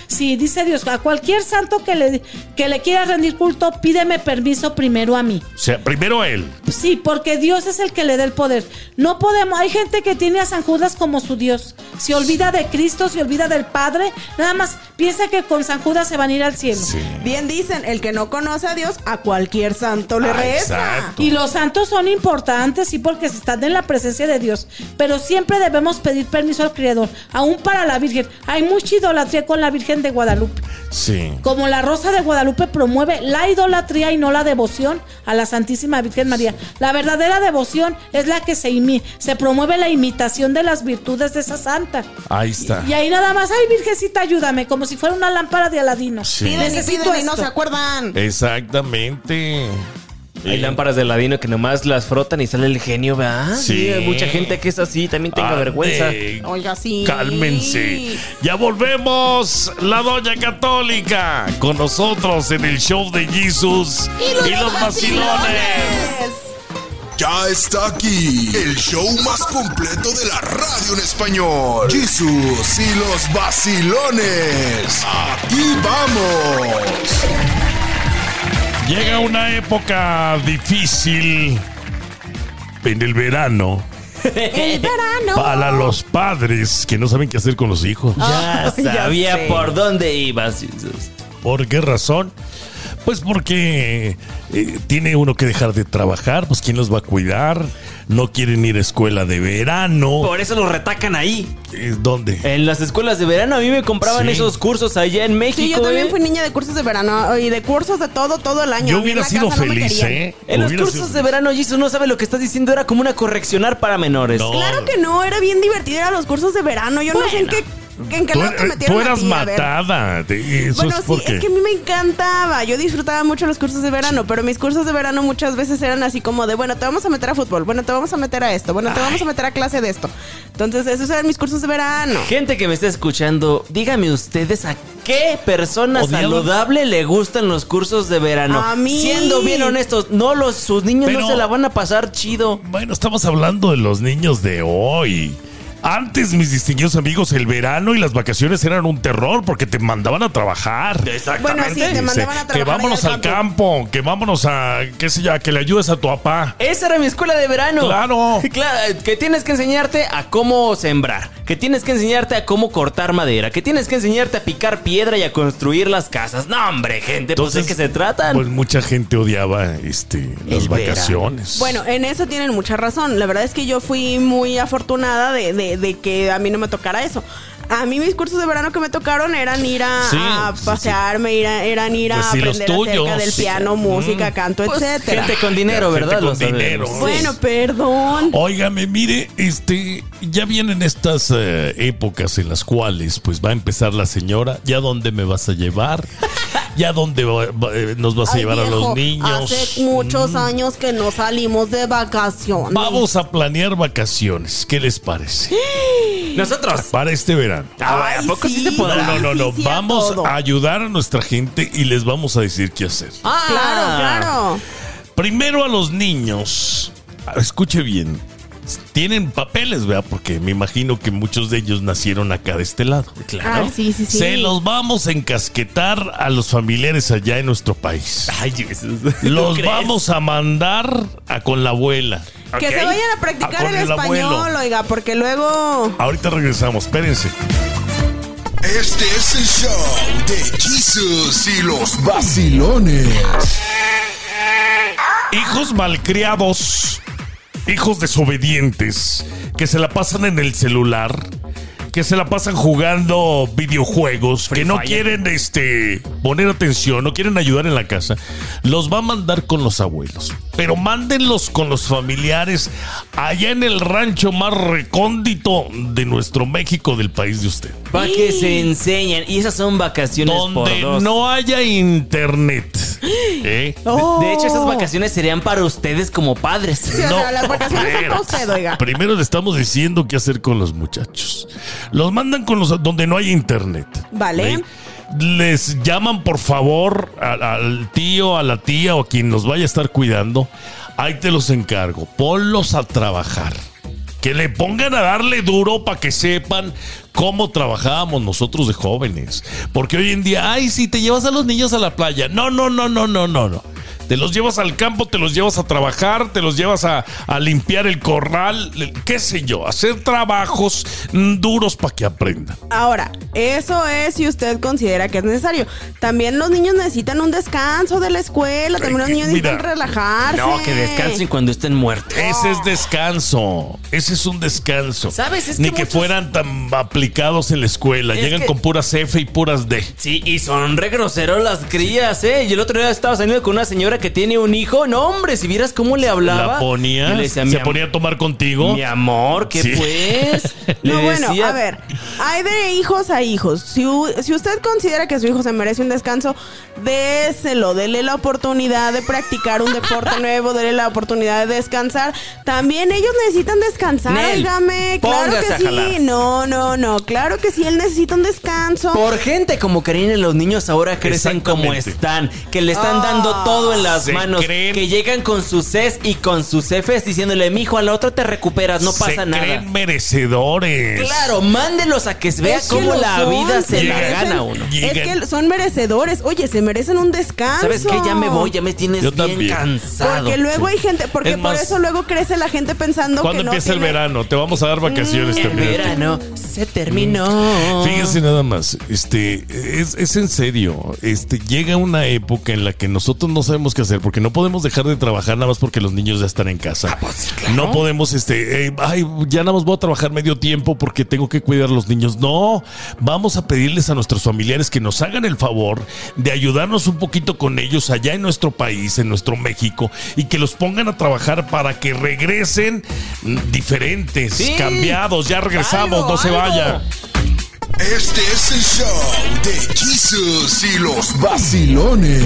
Sí, dice Dios, a cualquier santo que le, que le quiera rendir culto, pídeme permiso primero a mí.
O sea, primero a él.
Sí, porque Dios es el que le da el poder. No podemos, hay gente que tiene a San Judas como su Dios. Se olvida de Cristo, se olvida del Padre, nada más piensa que con San Judas se van a ir al cielo.
Bien dicen, el que no conoce a Dios, a cualquier santo le
Ah,
reza.
exacto.
Y los santos son importantes, sí, porque están en la presencia de Dios. Pero siempre debemos pedir permiso al Creador, aún para la Virgen. Hay mucha idolatría con la Virgen Virgen de Guadalupe.
Sí.
Como la Rosa de Guadalupe promueve la idolatría y no la devoción a la Santísima Virgen María. La verdadera devoción es la que se, imi- se promueve la imitación de las virtudes de esa santa.
Ahí está.
Y ahí nada más, ay Virgencita, ayúdame, como si fuera una lámpara de Aladino.
Sí.
Piden y
Necesito
piden y no
esto.
se acuerdan.
Eh, Exactamente.
Hay
Sí.
lámparas de ladino que nomás las frotan y sale el genio, ¿verdad?
Sí.
hay mucha gente que es así, también tenga
Ande,
vergüenza.
Oiga, sí.
Cálmense. Ya volvemos. La Doña Católica con nosotros en el show de Jesus y los, vacilones.
Ya está aquí el show más completo de la radio en español. Jesús y los vacilones. Aquí vamos.
Llega una época difícil en el verano
El verano.
para los padres que no saben qué hacer con los hijos.
Ya
ya
sabía
sé.
por dónde ibas, Jesús.
¿Por qué razón? Pues porque eh, tiene uno que dejar de trabajar, pues quién los va a cuidar, no quieren ir a escuela de verano.
Por eso los retacan ahí.
Eh, ¿Dónde?
En las escuelas de verano a mí me compraban
Sí.
esos cursos allá en México.
Sí, yo también
¿eh?
fui niña de cursos de verano y de cursos de todo, todo el año. A mí
Yo
en
hubiera
la
sido
casa no me
feliz,
querían.
¿eh?
En los
Hubiera
cursos
sido-
de verano, Jesús no sabe lo que estás diciendo, era como una correccionar para menores.
No.
Claro que no, era bien divertido ir a los cursos de verano. Yo no sé en qué, en qué
Tú,
lado te
eh,
metieron
tú
a
eras
ti, a ver.
matada. te- Eso
Bueno,
es
sí,
porque.
es que a mí me encantaba. Yo disfrutaba mucho los cursos de verano, pero mis cursos de verano muchas veces eran así como de, bueno, te vamos a meter a fútbol, bueno, te vamos a meter a esto, bueno, te vamos a meter a clase de esto. Entonces, esos eran mis cursos de verano.
Gente que me está escuchando, dígame ustedes a qué persona
Odiaba-
saludable le gustan los cursos de verano.
A mí.
Siendo bien honestos, no los sus niños
Pero-
no se la van a pasar chido.
Bueno, estamos hablando de los niños de hoy. Antes, mis distinguidos amigos, el verano y las vacaciones eran un terror porque te mandaban a trabajar.
Bueno, sí, te mandaban a trabajar
Que
ahí
vámonos
al
al campo, que vámonos a, qué sé yo, a que le ayudes a tu papá.
Esa era mi escuela de verano.
Claro.
Claro, que tienes que enseñarte a cómo sembrar, que tienes que enseñarte a cómo cortar madera, que tienes que enseñarte a picar piedra y a construir las casas. No, hombre, gente, pues de qué se tratan.
Pues mucha gente odiaba este, las
El verano.
vacaciones.
Bueno, en eso tienen mucha razón. La verdad es que yo fui muy afortunada de, de- de que a mí no me tocara eso. A mí mis cursos de verano que me tocaron eran ir a,
Sí,
a
sí, sí.
pasearme, ir a- eran ir a
Pues sí, los
aprender acerca
tuyos,
del
sí. Mm.
piano, música, canto,
Pues,
etcétera.
gente con dinero,
Gente
¿verdad?
con
Lo sabemos.
dinero.
Bueno, perdón.
Óigame, mire, este, ya vienen estas eh, épocas en las cuales pues va a empezar la señora, ¿ya dónde me vas a llevar? ¿Ya dónde va- va- eh, nos vas a
Ay,
llevar a
viejo,
los niños? Mm.
Hace muchos años que no salimos de vacaciones.
Vamos a planear vacaciones, ¿qué les parece?
Nosotros.
Para este verano.
Ay, ¿A poco sí, se podrá?
No, no, no, no,
sí, sí, a
vamos
todo.
a ayudar a nuestra gente y les vamos a decir qué hacer.
Ah.
Claro, claro.
Primero a los niños. ah, Escuche bien. Tienen papeles, vea, porque me imagino que muchos de ellos nacieron acá de este lado.
Ah, sí, sí, sí.
Se los vamos a encasquetar a los familiares allá en nuestro país.
Ay, Jesús.
Los
¿Tú crees?
vamos a mandar a con la abuela.
Que
¿ok?
se vayan a
A
practicar
con
el español,
abuelo.
oiga, porque luego...
Ahorita regresamos, espérense.
Este es el show de Jesús y los vacilones.
Hijos malcriados, hijos desobedientes, que se la pasan en el celular, que se la pasan jugando videojuegos, que no quieren este, poner atención, no quieren ayudar en la casa, los va a mandar con los abuelos. Pero mándenlos con los familiares allá en el rancho más recóndito de nuestro México, del país de usted.
Para que se enseñen. Y esas son vacaciones por
Donde
dos.
no haya internet. ¿eh?
Oh.
De hecho, esas vacaciones serían para ustedes como padres.
Sí, o sea, las
No,
vacaciones son para
pero-
usted, oiga.
Primero le estamos diciendo qué hacer con los muchachos. Los mandan con los donde no hay internet.
Vale.
¿ok? Les llaman por favor a- al tío, a la tía o a quien los vaya a estar cuidando. Ahí te los encargo. Ponlos a trabajar. Que le pongan a darle duro para que sepan cómo trabajábamos nosotros de jóvenes. Porque hoy en día, ay, si te llevas a los niños a la playa. No, no, no, no, no, no, no.
Te los llevas al campo, te los llevas a trabajar, te los llevas a, a limpiar el corral, le- qué sé yo, hacer trabajos mm, duros para que aprendan.
Ahora, eso es si usted considera que es necesario. También los niños necesitan un descanso de la escuela, también los
Ay,
niños
mira.
necesitan relajarse.
Eh, No, que descansen cuando estén muertos.
Ese es descanso. Ese es un descanso.
¿Sabes? Es que
Ni que
muchos-
fueran tan aplicados en la escuela.
Es
Llegan
que-
con puras F y puras D.
Sí, y son re groseros las crías, ¿eh? Y el otro día estaba saliendo con una señora que tiene un hijo. No, hombre, si vieras cómo le hablaba.
La ponía,
Yo le decía, mi,
se
am-
ponía a tomar contigo.
mi amor, ¿qué
Sí.
pues? Le
No, bueno,
decía-
a ver, hay de hijos a hijos. Si, u- si usted considera que su hijo se merece un descanso, déselo, dele la oportunidad de practicar un deporte nuevo, dele la oportunidad de descansar. También ellos necesitan descansar,
Nel,
óigame, claro
póngase
que
a
sí.
jalar.
No, no, no, claro que sí, él necesita un descanso.
Por gente como Karina, los niños ahora crecen como
Exactamente.
están, que le están dando
Ah.
todo en las
Se
manos,
creen-
que llegan con sus Cs y con sus Fs diciéndole, mijo, a la otra te recuperas, no pasa
se
nada.
creen merecedores.
Claro, mándelos a que se vea
Es que
cómo
lo
la
son,
vida se la
merecen-
gana a uno.
Es
Llegan-
que son merecedores. Oye, se merecen un descanso.
¿Sabes qué? Ya me voy, ya me tienes
Yo
bien
también.
cansado.
Porque luego hay gente, porque
Es
por
más,
eso luego crece la gente pensando
¿Cuándo
que no
empieza el
tiene-
verano? Te vamos a dar vacaciones
El
también.
verano se terminó.
Fíjense nada más, este, es, es en serio, este, llega una época en la que nosotros no sabemos qué hacer porque no podemos dejar de trabajar nada más porque los niños ya están en
Ah,
casa.
pues,
No podemos, este, eh, ay, ya nada más voy a trabajar medio tiempo porque tengo que cuidar a los niños. No, vamos a pedirles a nuestros familiares que nos hagan el favor de ayudarnos un poquito con ellos allá en nuestro país, en nuestro México, y que los pongan a trabajar para que regresen mm, diferentes,
Sí.
cambiados. Ya regresamos,
Algo,
no se
algo.
vaya.
Este es el show de Jesús y los vacilones.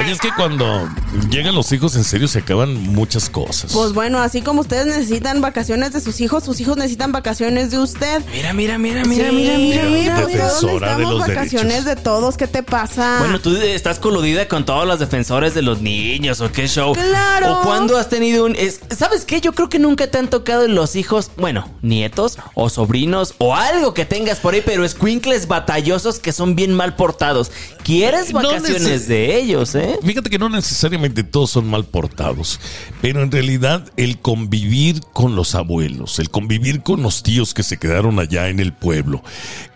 Oye, es que cuando llegan los hijos, en serio se acaban muchas cosas.
Pues bueno, así como ustedes necesitan vacaciones de sus hijos, sus hijos necesitan vacaciones de usted.
Mira, mira, mira, mira,
Sí,
mira, mira.
todos
defensora de
necesitamos
los
vacaciones
derechos.
de todos. ¿Qué te pasa?
Bueno, tú estás coludida con todos los defensores de los niños o qué show.
Claro.
O cuando has tenido un... es- ¿Sabes qué? Yo creo que nunca te han tocado los hijos, bueno, nietos o sobrinos o algo que tengas por ahí, pero escuincles batallosos que son bien mal portados. ¿Quieres
No
vacaciones
neces-
de ellos, eh?
Fíjate que no necesariamente todos son mal portados, pero en realidad el convivir con los abuelos, el convivir con los tíos que se quedaron allá en el pueblo,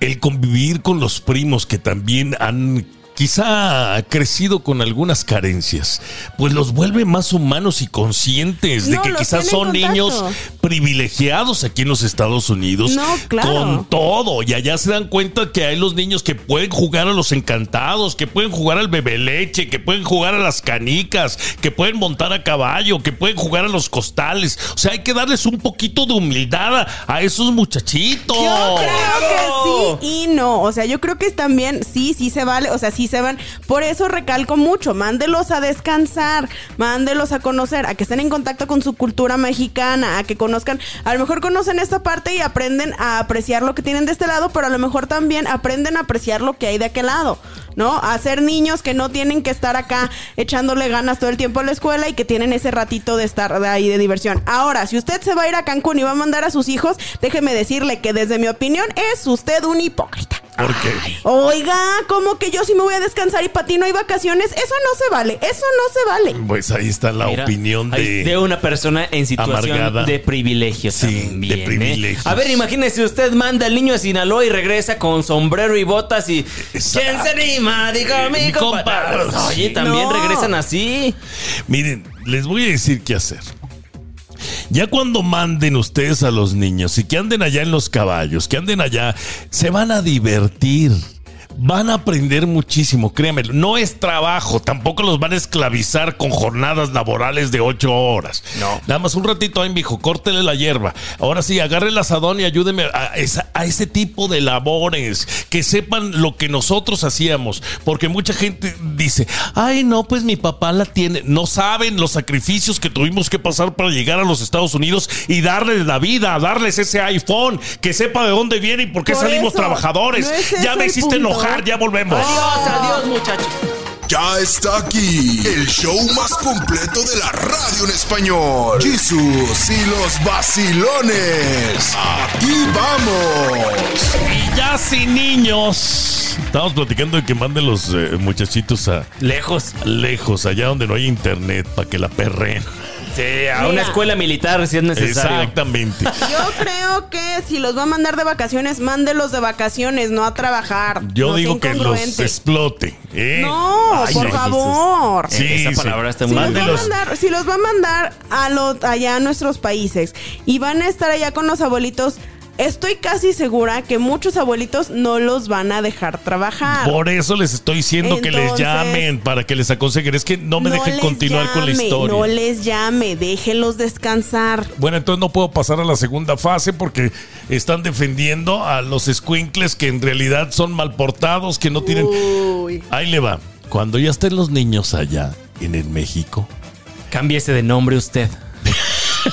el convivir con los primos que también han quizá crecido con algunas carencias, pues los vuelve más humanos y conscientes de
No,
que
los tiene
quizás
en
son
contacto.
niños privilegiados aquí en los Estados Unidos
No, claro.
con todo y allá se dan cuenta que hay los niños que pueden jugar a los encantados, que pueden jugar al bebé leche, que pueden jugar a las canicas, que pueden montar a caballo, que pueden jugar a los costales. O sea, hay que darles un poquito de humildad a, a esos muchachitos.
Yo creo que sí y no. O sea, yo creo que también sí, sí se vale. O sea, sí se van. Por eso recalco mucho. Mándelos a descansar. Mándelos a conocer. A que estén en contacto con su cultura mexicana. A que conozcan. A lo mejor conocen esta parte y aprenden a apreciar lo que tienen de este lado. Pero a lo mejor también aprenden a apreciar lo que hay de aquel lado. ¿No? A ser niños que no tienen que estar acá echándole ganas todo el tiempo a la escuela y que tienen ese ratito de estar de ahí de diversión. Ahora, si usted se va a ir a Cancún y va a mandar a sus hijos, déjeme decirle que desde mi opinión es usted un hipócrita.
¿Por qué?
Oiga, ¿cómo que yo sí me voy a descansar y para ti no hay vacaciones? Eso no se vale, eso no se vale.
Pues ahí está la
Mira,
opinión
ahí-
de...
de una persona en situación
amargada.
de privilegio.
Sí,
también,
de
¿eh?
privilegios.
A ver, imagínese usted manda al niño a Sinaloa y regresa con sombrero y botas y. ¿Quién se anima? Digo, mi,
Eh, mi
compa.
compa.
Oye, también
No.
regresan así.
Miren, les voy a decir qué hacer. Ya cuando manden ustedes a los niños y que anden allá en los caballos, que anden allá, se van a divertir. Van a aprender muchísimo, créanmelo. No es trabajo, tampoco los van a esclavizar con jornadas laborales de ocho horas. No. Nada más un ratito, ay, mijo, córtele la hierba. Ahora sí, agarre el asadón y ayúdeme a, esa- a ese tipo de labores. Que sepan lo que nosotros hacíamos. Porque mucha gente dice, ay, no, pues mi papá la tiene. No saben los sacrificios que tuvimos que pasar para llegar a los Estados Unidos y darles la vida, darles ese iPhone, que sepa de dónde viene y por qué
Por
salimos
eso,
trabajadores.
no es
ya
eso
me
el punto.
hiciste enojar, ya volvemos.
Adiós, adiós, muchachos.
Ya está aquí el show más completo de la radio en español. Jesús y los vacilones. Aquí vamos.
Y ya sin niños.
Estamos platicando de que manden los eh, muchachitos a
Lejos.
lejos, allá donde no hay internet, para que la perren.
Sí, a una
Mira.
escuela militar si es necesario.
Exactamente.
Yo creo que si los va a mandar de vacaciones, mándelos de vacaciones, no a trabajar.
Yo
No sea
digo que los
incongruente.
explote. ¿eh?
No,
Ay,
por
no.
favor.
Sí,
Eh, Esa
sí.
palabra está
Si los,
muy
va a
mándelos.
mandar, si los va a mandar a lo- allá a nuestros países y van a estar allá con los abuelitos, estoy casi segura que muchos abuelitos no los van a dejar trabajar.
Por eso les estoy diciendo que les
Entonces-
llamen para que les aconsejen. Es que no me dejen
les
continuar con la
llame,
historia.
No les llame, déjenlos descansar.
Bueno, entonces no puedo pasar a la segunda fase porque están defendiendo a los squinkles que en realidad son malportados, que no tienen.
Uy.
Ahí le va. Cuando ya estén los niños allá en el México,
Cámbiese de nombre usted.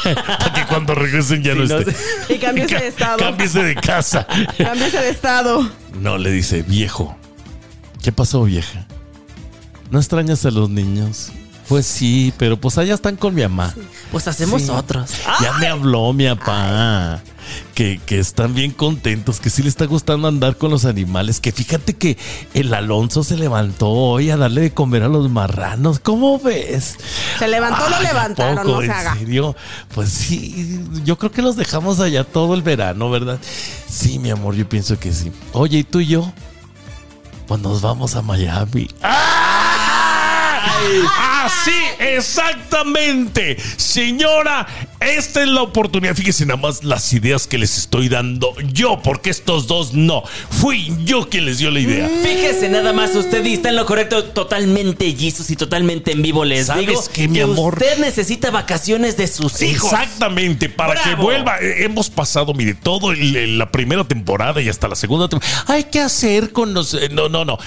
para que cuando regresen ya no
no
estén.
Y cámbiese de estado.
Cámbiese de casa.
Cámbiese de estado.
No, le dice, viejo. ¿Qué pasó, vieja? ¿No extrañas a los niños? Pues sí, pero pues allá están con mi mamá.
Pues hacemos otros.
Ya me habló mi papá. Que, que están bien contentos, que sí le está gustando andar con los animales. Que fíjate que el Alonso se levantó hoy a darle de comer a los marranos. ¿Cómo ves?
Se levantó, lo
Ay, ¿a
levantaron,
poco?
no se
¿En
haga.
serio? Pues sí, yo creo que los dejamos allá todo el verano, ¿verdad? Sí, mi amor, yo pienso que sí. Oye, ¿y tú y yo? Pues nos vamos a Miami.
Así, exactamente. Señora, esta es la oportunidad. Fíjese nada más las ideas que les estoy dando yo, porque estos dos no. Fui yo quien les dio la
Mm.
idea.
Fíjese nada más, usted y está en lo correcto, totalmente Jesus y totalmente en vivo. Les
¿Sabes
digo
qué, mi amor?
usted necesita vacaciones de sus hijos.
Exactamente, para que
¡Bravo!
vuelva. Eh, Hemos pasado, mire, todo el- el- la primera temporada y hasta la segunda temporada. Hay que hacer con los. eh, No, no, no.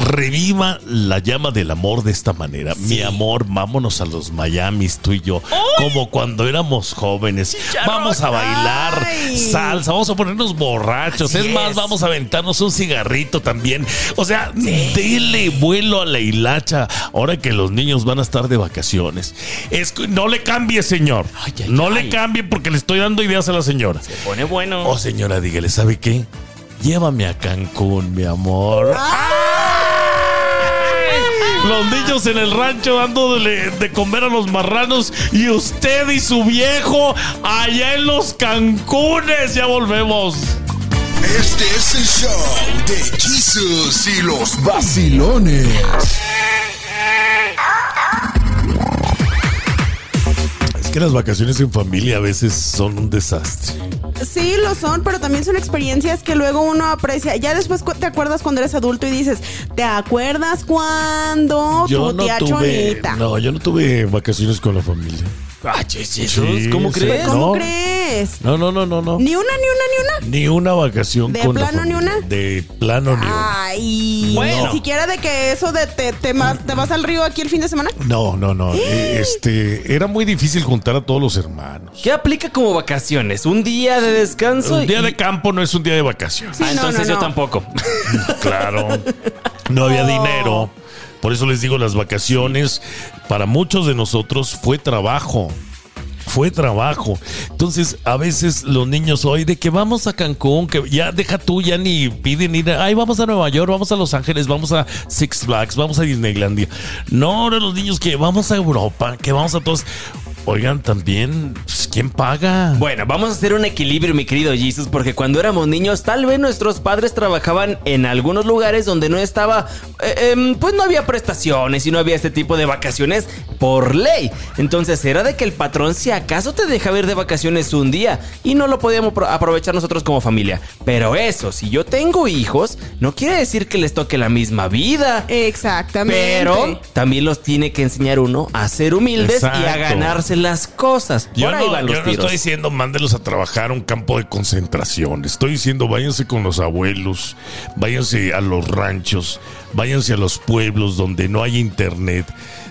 Reviva la llama del amor de esta manera. Mi amor, vámonos a los Miamis, tú y yo. Como cuando éramos jóvenes. Vamos a bailar
Ay.
salsa, vamos a ponernos borrachos.
Así
es más,
es.
vamos a aventarnos un cigarrito también. O sea, dele vuelo a la hilacha ahora que los niños van a estar de vacaciones. Es, que no le cambie, señor.
Ay, ay,
no
ay.
le cambie porque le estoy dando ideas a la señora.
Pone bueno.
Oh, señora, dígale, ¿sabe qué? Llévame a Cancún, mi amor.
Ah.
Ay, Los niños en el rancho dándole de comer a los marranos y usted y su viejo allá en los Cancunes. Ya volvemos.
Este es el show de Jesús y los vacilones.
Es que las vacaciones en familia a veces son un desastre.
Sí, lo son, pero también son experiencias que luego uno aprecia. Ya después cu- te acuerdas cuando eres adulto y dices, ¿te acuerdas cuando tu tía Chonita?
no, yo no tuve vacaciones con la familia.
Ah, Jesus,
Sí,
¿cómo
sí.
crees?
¿Cómo
no.
crees?
No, no, no, no, no.
Ni una, ni una, ni una.
Ni una vacación
¿De
con la
plano ni
familia.
una? Ah.
De plano ni una.
Ay,
Bueno.
ni siquiera de que eso de te, te mas- te vas al río aquí el fin de semana.
No, no, no. Eh, Este, era muy difícil juntar a todos los hermanos.
¿Qué aplica como vacaciones? ¿Un día de descanso?
Un día
y-
de campo no es un día de vacaciones.
Sí,
Ah,
no,
entonces
no,
yo
no.
tampoco.
Claro. No había dinero. Por eso les digo, las vacaciones para muchos de nosotros fue trabajo. Fue trabajo. Entonces, a veces los niños hoy de que vamos a Cancún, que ya deja tú, ya ni piden ir. a- Ay, vamos a Nueva York, vamos a Los Ángeles, vamos a Six Flags, vamos a Disneylandia. No, ahora los niños que vamos a Europa, que vamos a todos. Oigan, también, pues, ¿quién paga?
Bueno, vamos a hacer un equilibrio, mi querido Jesus, porque cuando éramos niños, tal vez nuestros padres trabajaban en algunos lugares donde no estaba, eh, em, pues no había prestaciones y no había este tipo de vacaciones por ley. Entonces era de que el patrón, si acaso te dejaba ir de vacaciones un día y no lo podíamos apro- aprovechar nosotros como familia. Pero eso, si yo tengo hijos, no quiere decir que les toque la misma vida.
Exactamente.
Pero también los tiene que enseñar uno a ser humildes y a
Exacto.
ganarse las cosas.
Yo
Por ahí
no,
van
yo
los
no
tiros.
estoy diciendo mándelos a trabajar a un campo de concentración. Estoy diciendo váyanse con los abuelos, váyanse a los ranchos, váyanse a los pueblos donde no hay internet,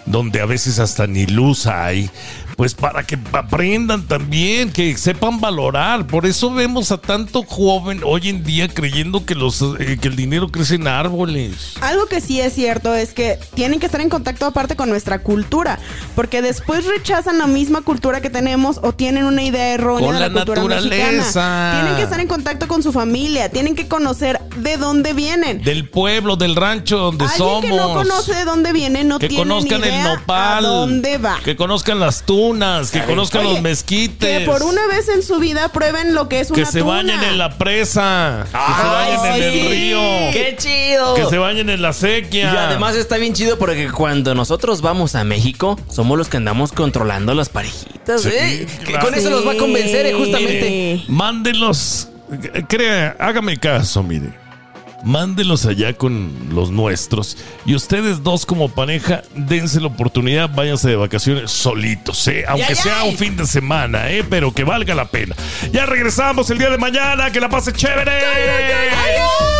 donde a veces hasta ni luz hay. pues para que aprendan también, que sepan valorar. Por eso vemos a tanto joven hoy en día creyendo que, los, eh, que el dinero crece en árboles.
Algo que sí es cierto es que tienen que estar en contacto aparte con nuestra cultura, porque después rechazan la misma cultura que tenemos o tienen una idea errónea
Con
de la,
la
cultura
naturaleza.
mexicana. Tienen que estar en contacto con su familia, tienen que conocer de dónde vienen.
Del pueblo, del rancho donde
Alguien
somos.
que no conoce de dónde viene no
que
tiene ni
conozcan el
idea
nopal,
a dónde va.
que conozcan las tunas, que conozcan
Oye,
los mezquites,
Que por una vez en su vida prueben lo que es una
que se
tuna.
bañen en la presa,
Ay,
que se bañen en
sí.
el río,
¡Qué chido!
que se bañen en la sequía.
Y además está bien chido porque cuando nosotros vamos a México, somos los que andamos controlando las parejitas,
Sí,
¿eh? Que
claro.
Con eso los va a convencer, ¿eh? justamente.
Sí.
mándenlos, crea, hágame caso, mire. Mándenlos allá con los nuestros. Y ustedes dos como pareja, dense la oportunidad, váyanse de vacaciones solitos, ¿eh? Aunque
ay,
sea
ay.
un fin de semana, ¿eh? Pero que valga la pena. Ya regresamos el día de mañana, que la pase chévere.